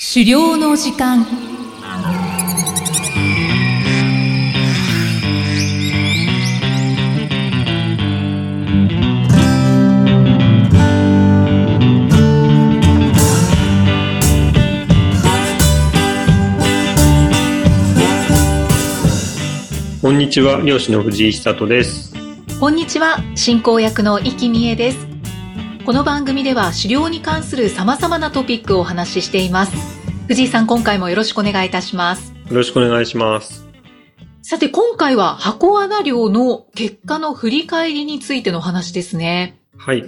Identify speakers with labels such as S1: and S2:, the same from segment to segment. S1: 狩猟の時間
S2: こんにちは、漁師の藤井久人です。
S1: こんにちは進行役の生きみえですこの番組では狩猟に関する様々なトピックをお話ししています藤井さん今回もよろしくお願いいたします
S2: よろしくお願いします。
S1: さて今回は箱穴漁の結果の振り返りについてのお話ですね
S2: はい。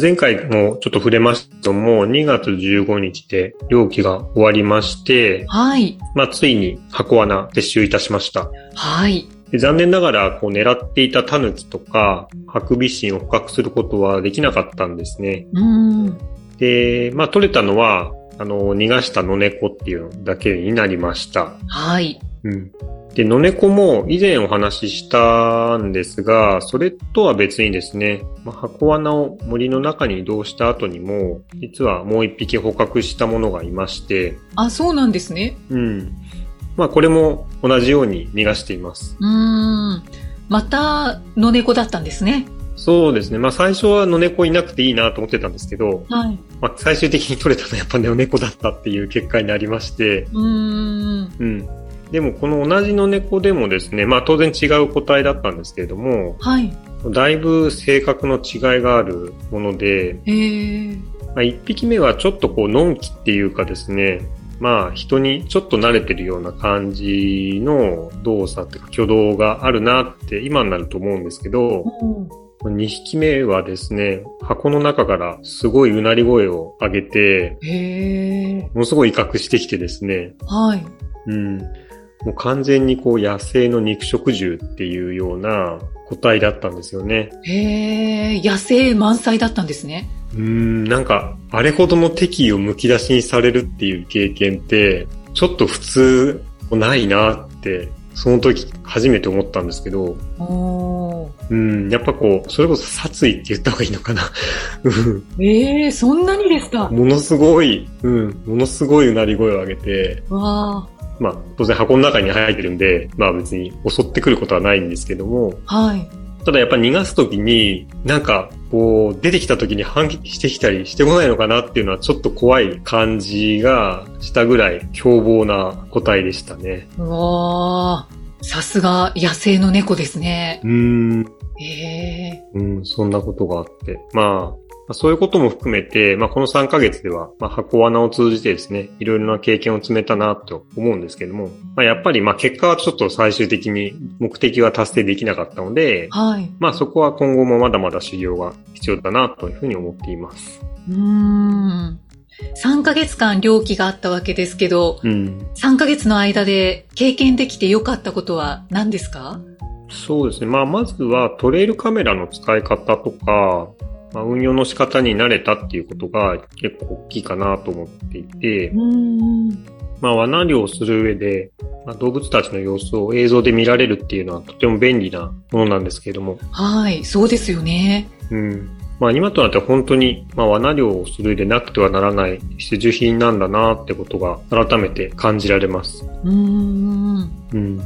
S2: 前回もちょっと触れましたけども、2月15日で漁期が終わりまして、
S1: はい
S2: まあ、ついに箱穴撤収いたしました。
S1: はい
S2: で残念ながら、こう狙っていたタヌキとか、ハクビシンを捕獲することはできなかったんですね。
S1: うーん
S2: で、まあ、取れたのは、あの、逃がした野猫っていうのだけになりました。
S1: はい
S2: うん。で、野猫も以前お話ししたんですが、それとは別にですね、まあ箱穴を森の中に移動した後にも、実はもう一匹捕獲したものがいまして、
S1: あそうなんですね
S2: うん。まあこれも同じように逃がしています。
S1: うーんまた野猫だったんですね
S2: そうですね。まあ最初は野猫いなくていいなと思ってたんですけど、
S1: はい
S2: まあ最終的に取れたのは やっぱ野猫だったっていう結果になりまして、
S1: うーん
S2: うん。でもこの同じ野猫でもですね、まあ当然違う個体だったんですけれども、
S1: はい
S2: だいぶ性格の違いがあるもので、
S1: えー、
S2: まあ、1匹目はちょっとこう、のんきっていうかですね、まあ、人にちょっと慣れてるような感じの動作っていうか挙動があるなって今になると思うんですけど、
S1: うん
S2: 2匹目はですね、箱の中からすごいうなり声を上げて、
S1: へえ、
S2: ものすごい威嚇してきてですね、
S1: はい。
S2: うん。もう完全にこう、野生の肉食獣っていうような個体だったんですよね。
S1: へえ、野生満載だったんですね。
S2: うーん、なんか、あれほどの敵意をむき出しにされるっていう経験って、ちょっと普通ないなって、その時初めて思ったんですけど、
S1: おー
S2: うん、やっぱこう、それこそ殺意って言った方がいいのかな。 うん
S1: ええ、そんなにですか。
S2: ものすごい、うん、ものすごいうなり声を上げて、
S1: わ
S2: まあ、当然箱の中に入ってるんで、まあ別に襲ってくることはないんですけども、
S1: あ、はい。
S2: ただやっぱ逃がす時に、なんか、こう、出てきた時に反撃してきたりしてこないのかなっていうのはちょっと怖い感じがしたぐらい凶暴な個体でしたね。
S1: うわあ、さすが野生の猫ですね。
S2: うーん。
S1: ええ、
S2: うん、そんなことがあって。まあ、そういうことも含めて、まあこの3ヶ月では、まあ箱穴を通じてですね、いろいろな経験を積めたなと思うんですけども、まあやっぱりまあ結果はちょっと最終的に目的は達成できなかったので、
S1: はい。
S2: まあそこは今後もまだまだ修行が必要だなというふうに思っています。
S1: うーん。3ヶ月間漁期があったわけですけど、
S2: うん。
S1: 3ヶ月の間で経験できて良かったことは何ですか
S2: そうですね。まあ、まずはトレイルカメラの使い方とか、まあ、運用の仕方に慣れたっていうことが結構大きいかなと思っていて、
S1: ん。
S2: まあ、罠漁をする上で、まあ、動物たちの様子を映像で見られるっていうのはとても便利なものなんですけれども、
S1: はい、そうですよね。
S2: うん。まあ、今となっては本当に、まあ、罠漁をする上でなくてはならない必需品なんだなってことが改めて感じられます。
S1: うーん。
S2: うん。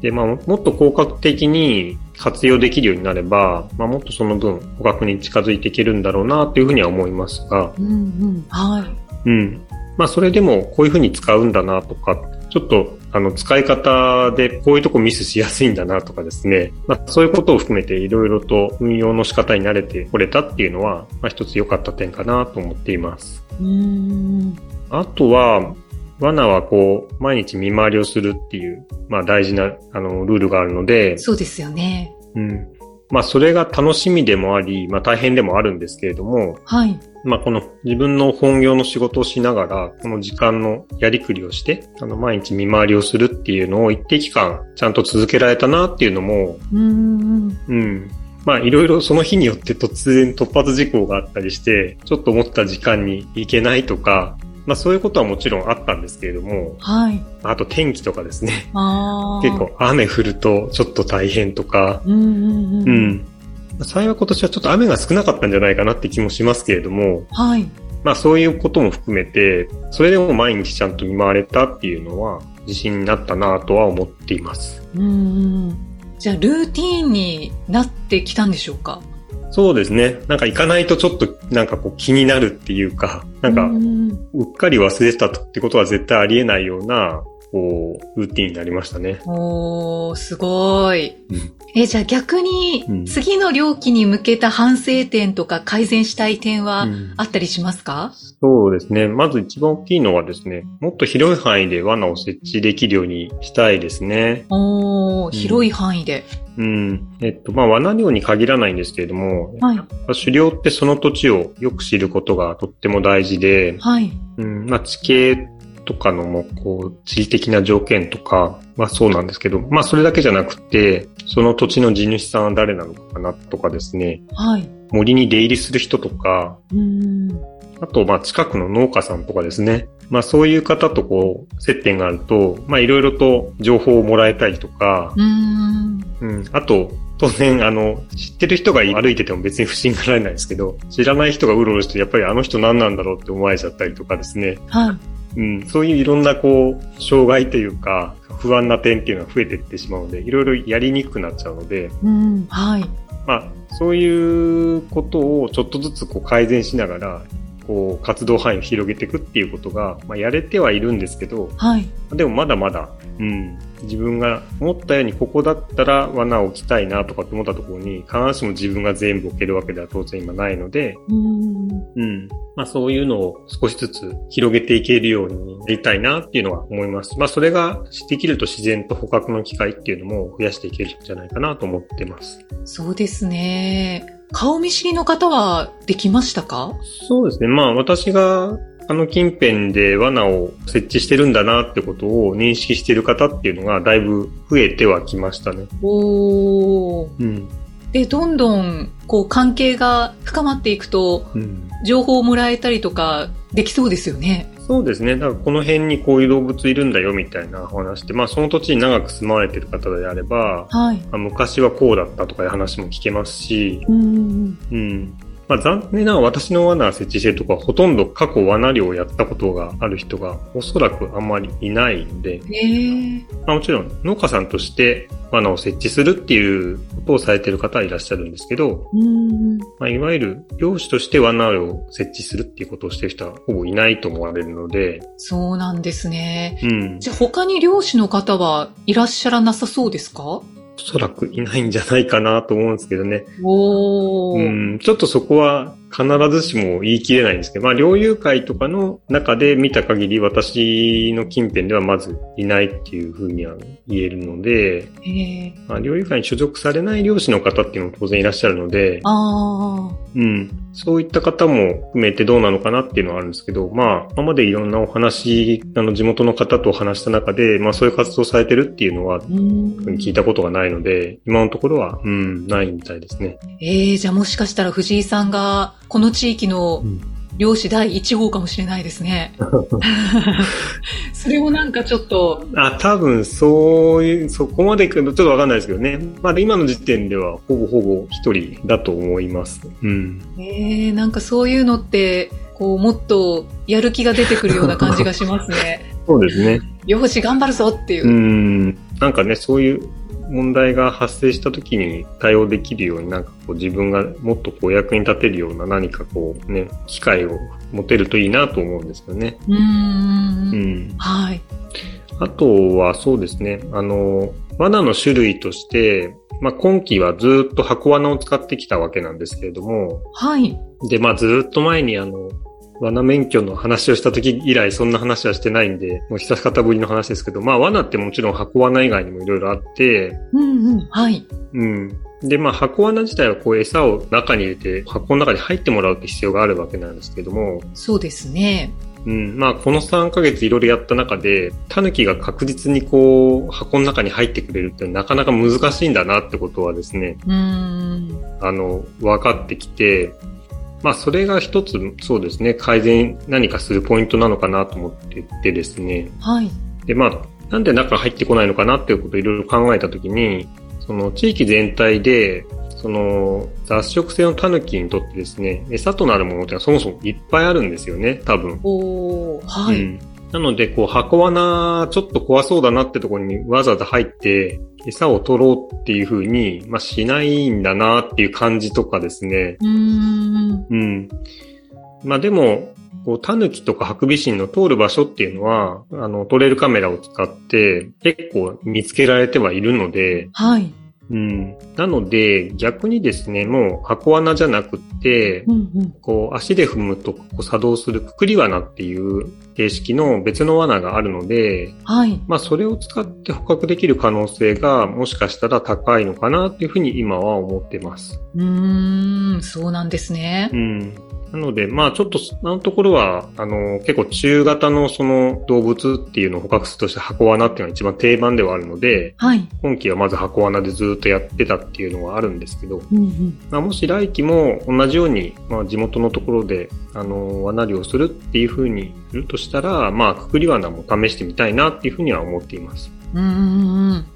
S2: で、まあ、もっと効果的に活用できるようになれば、まあ、もっとその分、捕獲に近づいていけるんだろうな、というふうには思いますが、
S1: うんうん。はい。
S2: うん。まあ、それでも、こういうふうに使うんだな、とか、ちょっと、あの、使い方で、こういうとこミスしやすいんだな、とかですね。まあ、そういうことを含めて、いろいろと運用の仕方に慣れてこれたっていうのは、まあ、一つ良かった点かな、と思っています。
S1: うーん。
S2: あとは、罠はこう、毎日見回りをするっていう、まあ大事な、あの、ルールがあるので、
S1: そうですよね。
S2: うん。まあそれが楽しみでもあり、まあ大変でもあるんですけれども、
S1: はい。
S2: まあこの自分の本業の仕事をしながら、この時間のやりくりをして、あの、毎日見回りをするっていうのを一定期間、ちゃんと続けられたなっていうのも、
S1: うーん。
S2: うん。まあいろいろその日によって突然突発事項があったりして、ちょっと思った時間に行けないとか、まあそういうことはもちろんあったんですけれども、
S1: はい。
S2: あと天気とかですね。
S1: ああ。
S2: 結。構雨降るとちょっと大変とか、
S1: うんうんうん。
S2: うん。幸い今年はちょっと雨が少なかったんじゃないかなって気もしますけれども、
S1: はい。
S2: まあそういうことも含めて、それでも毎日ちゃんと見舞われたっていうのは自信になったなとは思っています。
S1: うんうん。じゃあ、ルーティーンになってきたんでしょうか
S2: そうですね。なんか行かないとちょっとなんかこう気になるっていうか、なんか
S1: ううん
S2: うっかり忘れてたってことは絶対ありえないような、こう、ルーティンになりましたね。
S1: おー、すごい
S2: うん。
S1: え、じゃあ逆に
S2: うん、
S1: 次の料期に向けた反省点とか改善したい点は
S2: うん
S1: あったりしますか
S2: そうですね。まず一番大きいのはですね、もっと広い範囲で罠を設置できるようにしたいですね。
S1: おー、
S2: うん
S1: 広い範囲で。
S2: うん。えっと、まあ、罠量に限らないんですけれども、
S1: はい。
S2: 狩猟ってその土地をよく知ることがとっても大事で、
S1: はい。
S2: うん、まあ、地形とかのも、こう、地理的な条件とかはそうなんですけど、まあ、それだけじゃなくて、その土地の地主さんは誰なのかなとかですね、
S1: はい。
S2: 森に出入りする人とか、
S1: うん。
S2: あと、まあ、近くの農家さんとかですね。まあ、そういう方とこう、接点があると、まあ、いろいろと情報をもらえたりとか、
S1: うん。
S2: うん。あと、当然、あの、知ってる人が歩いてても別に不審がられないですけど、知らない人がうろうろして、やっぱりあの人何なんだろうって思われちゃったりとかですね。
S1: はい。
S2: うん。そういういろんなこう、障害というか、不安な点っていうのが増えていってしまうので、いろいろやりにくくなっちゃうので、
S1: うん。はい。
S2: まあ、そういうことをちょっとずつこう改善しながら、こう、活動範囲を広げていくっていうことが、まあ、やれてはいるんですけど、
S1: はい。
S2: でもまだまだ、うん、自分が思ったようにここだったら罠を置きたいなとかって思ったところに、必ずしも自分が全部置けるわけでは当然今ないので、
S1: うん。
S2: うん、まあそういうのを少しずつ広げていけるようになりたいなっていうのは思います。まあそれができると自然と捕獲の機会っていうのも増やしていけるんじゃないかなと思ってます。
S1: そうですね。顔見知りの方はできましたか
S2: そうですね。まあ私があの近辺で罠を設置してるんだなってことを認識してる方っていうのがだいぶ増えてはきましたね。
S1: おー。
S2: うん。
S1: で、どんどん、こう、関係が深まっていくと、
S2: うん、
S1: 情報をもらえたりとか、できそうですよね。
S2: そうですね。だからこの辺にこういう動物いるんだよみたいなお話で、まあその土地に長く住まわれてる方であれば、
S1: はい。
S2: まあ昔はこうだったとかいう話も聞けますし、
S1: うん。
S2: うん。まあ残念ながら私の罠設置してるとこはほとんど過去罠漁をやったことがある人がおそらくあんまりいないんで、
S1: ええ
S2: まあ、もちろん農家さんとして罠を設置するっていうことをされてる方はいらっしゃるんですけど、
S1: うん。
S2: まあ、いわゆる漁師として罠を設置するっていうことをしてる人はほぼいないと思われるので、
S1: そうなんですね。
S2: うん、
S1: じゃあ、他に漁師の方はいらっしゃらなさそうですか
S2: おそらくいないんじゃないかなと思うんですけどね。
S1: お
S2: う
S1: ー。
S2: ん、ちょっとそこは必ずしも言い切れないんですけど、まあ、猟友会とかの中で見た限り、私の近辺ではまずいないっていうふうには言えるので、
S1: ええ
S2: まあ、猟友会に所属されない漁師の方っていうのも当然いらっしゃるので、
S1: ああ。
S2: うん。そういった方も含めてどうなのかなっていうのはあるんですけど、まあ、今までいろんなお話、あの、地元の方とお話した中で、まあ、そういう活動されてるっていうのは、
S1: うん。
S2: 聞いたことがないので、今のところは、うん、ないみたいですね。
S1: ええじゃあもしかしたら藤井さんが、この地域の
S2: うん
S1: 漁師第一号かもしれないですね。 それをなんかちょっと、
S2: あ、多分、そういう、そこまでいくのちょっとわかんないですけどね。まあ、今の時点では、ほぼほぼ一人だと思います。うん。
S1: ええなんかそういうのって、こう、もっとやる気が出てくるような感じがします ね。
S2: そうですね。
S1: 漁師頑張るぞっていう。
S2: うん。なんかね、そういう問題が発生した時に対応できるように、なんかこう自分がもっとこう役に立てるような何かこうね、機会を持てるといいなと思うんですよね。
S1: うー。
S2: うんん。
S1: はい。
S2: あとはそうですね、あの、罠の種類として、まあ、今期はずっと箱罠を使ってきたわけなんですけれども、
S1: はい。
S2: で、まあ、ずっと前にあの、罠免許の話をした時以来そんな話はしてないんで、もう久方ぶりの話ですけど、まあ、罠ってもちろん箱罠以外にもいろいろあって、
S1: うんうん。はい。
S2: うん。で、まあ、箱罠自体はこう餌を中に入れて、箱の中に入ってもらうって必要があるわけなんですけども、
S1: そうですね。
S2: うん。まあ、この3ヶ月いろいろやった中で、タヌキが確実にこう、箱の中に入ってくれるってなかなか難しいんだなってことはですね、
S1: うーん。
S2: あの、分かってきて、まあ、それが一つ、そうですね、改善何かするポイントなのかなと思っててですね。
S1: はい。
S2: で、まあ、なんで中入ってこないのかなっていうことをいろいろ考えたときに、その地域全体で、その雑食性のタヌキにとってですね、餌となるものってのはそもそもいっぱいあるんですよね、多分。
S1: おー、はい。
S2: うんなので、こう、箱罠、ちょっと怖そうだなってところにわざわざ入って、餌を取ろうっていう風に、まあ、しないんだなっていう感じとかですね。
S1: うーん。
S2: うん。まあ、でも、こう、タヌキとかハクビシンの通る場所っていうのは、あの、トレールカメラを使って、結構見つけられてはいるので、
S1: はい。
S2: うん。なので、逆にですね、もう箱罠じゃなくって
S1: う、んうん。
S2: こう足で踏むとこう作動するくくり罠っていう形式の別の罠があるので、
S1: はい。
S2: まあそれを使って捕獲できる可能性がもしかしたら高いのかなっていうふうに今は思ってます。
S1: うーん、そうなんですね
S2: う。ん。なので、まあちょっとあのところは、あの、結構中型のその動物っていうのを捕獲するとして箱罠っていうのが一番定番ではあるので、
S1: はい。
S2: 今期はまず箱罠でずっとやってたっていうのはあるんですけど、
S1: うんうん。
S2: まあ、もし来期も同じように、まあ、地元のところで、あの、罠漁をするっていうふうにするとしたら、まあ、くくり罠も試してみたいなっていうふうには思っています。
S1: うーん。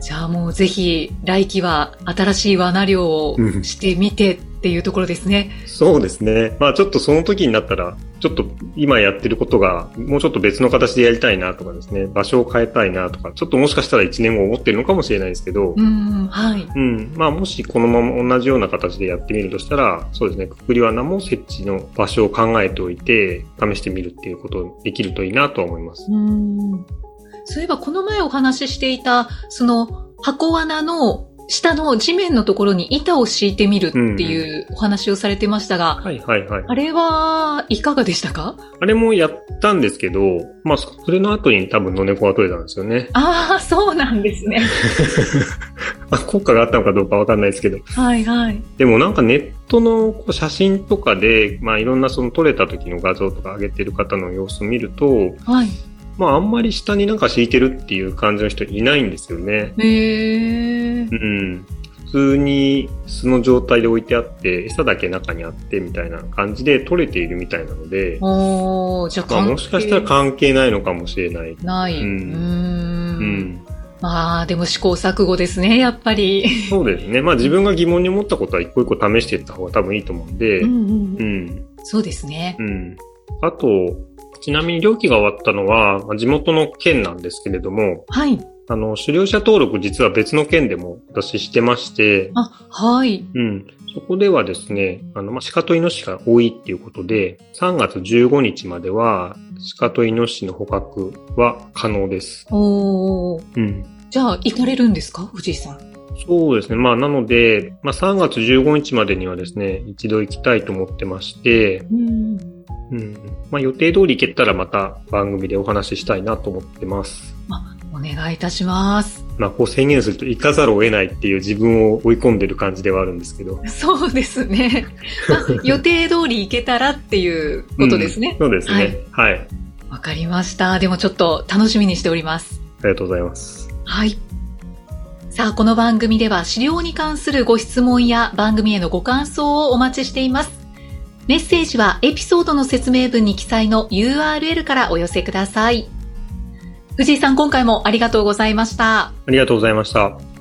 S1: じゃあもうぜひ来期は新しい罠漁を
S2: うん
S1: してみてっていうところですね。
S2: そうですね。まあ、ちょっとその時になったら、ちょっと今やってることが、もうちょっと別の形でやりたいなとかですね、場所を変えたいなとか、ちょっともしかしたら1年後思ってるのかもしれないですけど、
S1: うーん、はい。
S2: うん。まあ、もしこのまま同じような形でやってみるとしたら、そうですね、くくり罠も設置の場所を考えておいて、試してみるっていうことできるといいなとは思います。
S1: うーん。そういえばこの前お話ししていた、その箱罠の下の地面のところに板を敷いてみるっていうお話をされてましたが、
S2: はいはいはい。
S1: あれはいかがでしたか
S2: あれもやったんですけど、まあ、それの後に多分野猫が取れたんですよね。
S1: ああ、そうなんですね。
S2: あ、効果があったのかどうかわかんないですけど。
S1: はいはい。
S2: でもなんかネットのこう写真とかで、まあいろんなその撮れた時の画像とか上げてる方の様子を見ると、
S1: はい。
S2: まああんまり下になんか敷いてるっていう感じの人いないんですよね。
S1: へえ。
S2: うん。普通に素の状態で置いてあって、餌だけ中にあってみたいな感じで取れているみたいなので、
S1: おー、じゃあ
S2: まあ
S1: 関係
S2: もしかしたら関係ないのかもしれない。
S1: ない。う
S2: う
S1: ー
S2: ん
S1: ん。
S2: うん。
S1: まあ、でも試行錯誤ですね、やっぱり。
S2: そうですね。まあ自分が疑問に思ったことは一個一個試していった方が多分いいと思うんで、
S1: うんうん
S2: う
S1: うん
S2: ん、
S1: そうですね。
S2: うん。あと、ちなみに漁期が終わったのは、まあ地元の県なんですけれども、
S1: はい。
S2: あの、狩猟者登録実は別の県でも私してまして、
S1: あ、はい。
S2: うん。そこではですね、あの、まあ、鹿とイノシシが多いっていうことで、3月15日までは、鹿とイノシシの捕獲は可能です。
S1: おー。
S2: うん。
S1: じゃあ、行かれるんですか藤井さん。
S2: そうですね。まあ、なので、まあ、3月15日までにはですね、一度行きたいと思ってまして、
S1: うん。
S2: うん。まあ、予定通り行けたらまた番組でお話ししたいなと思ってます。
S1: お願いいたします。
S2: まあ、こう宣言すると行かざるを得ないっていう自分を追い込んでる感じではあるんですけど。
S1: そうです ね。まあ、予定通り行けたらっていうことです
S2: うん
S1: ね。
S2: そうですね、はい。あ
S1: わ、かりました。でもちょっと楽しみにしております。
S2: りがとうございます。
S1: はい。さあ、この番組では資料に関するご質問や番組へのご感想をお待ちしています。メッセージはエピソードの説明文に記載の URL からお寄せください。藤井さん、今回もありがとうございました。
S2: ありがとうございました。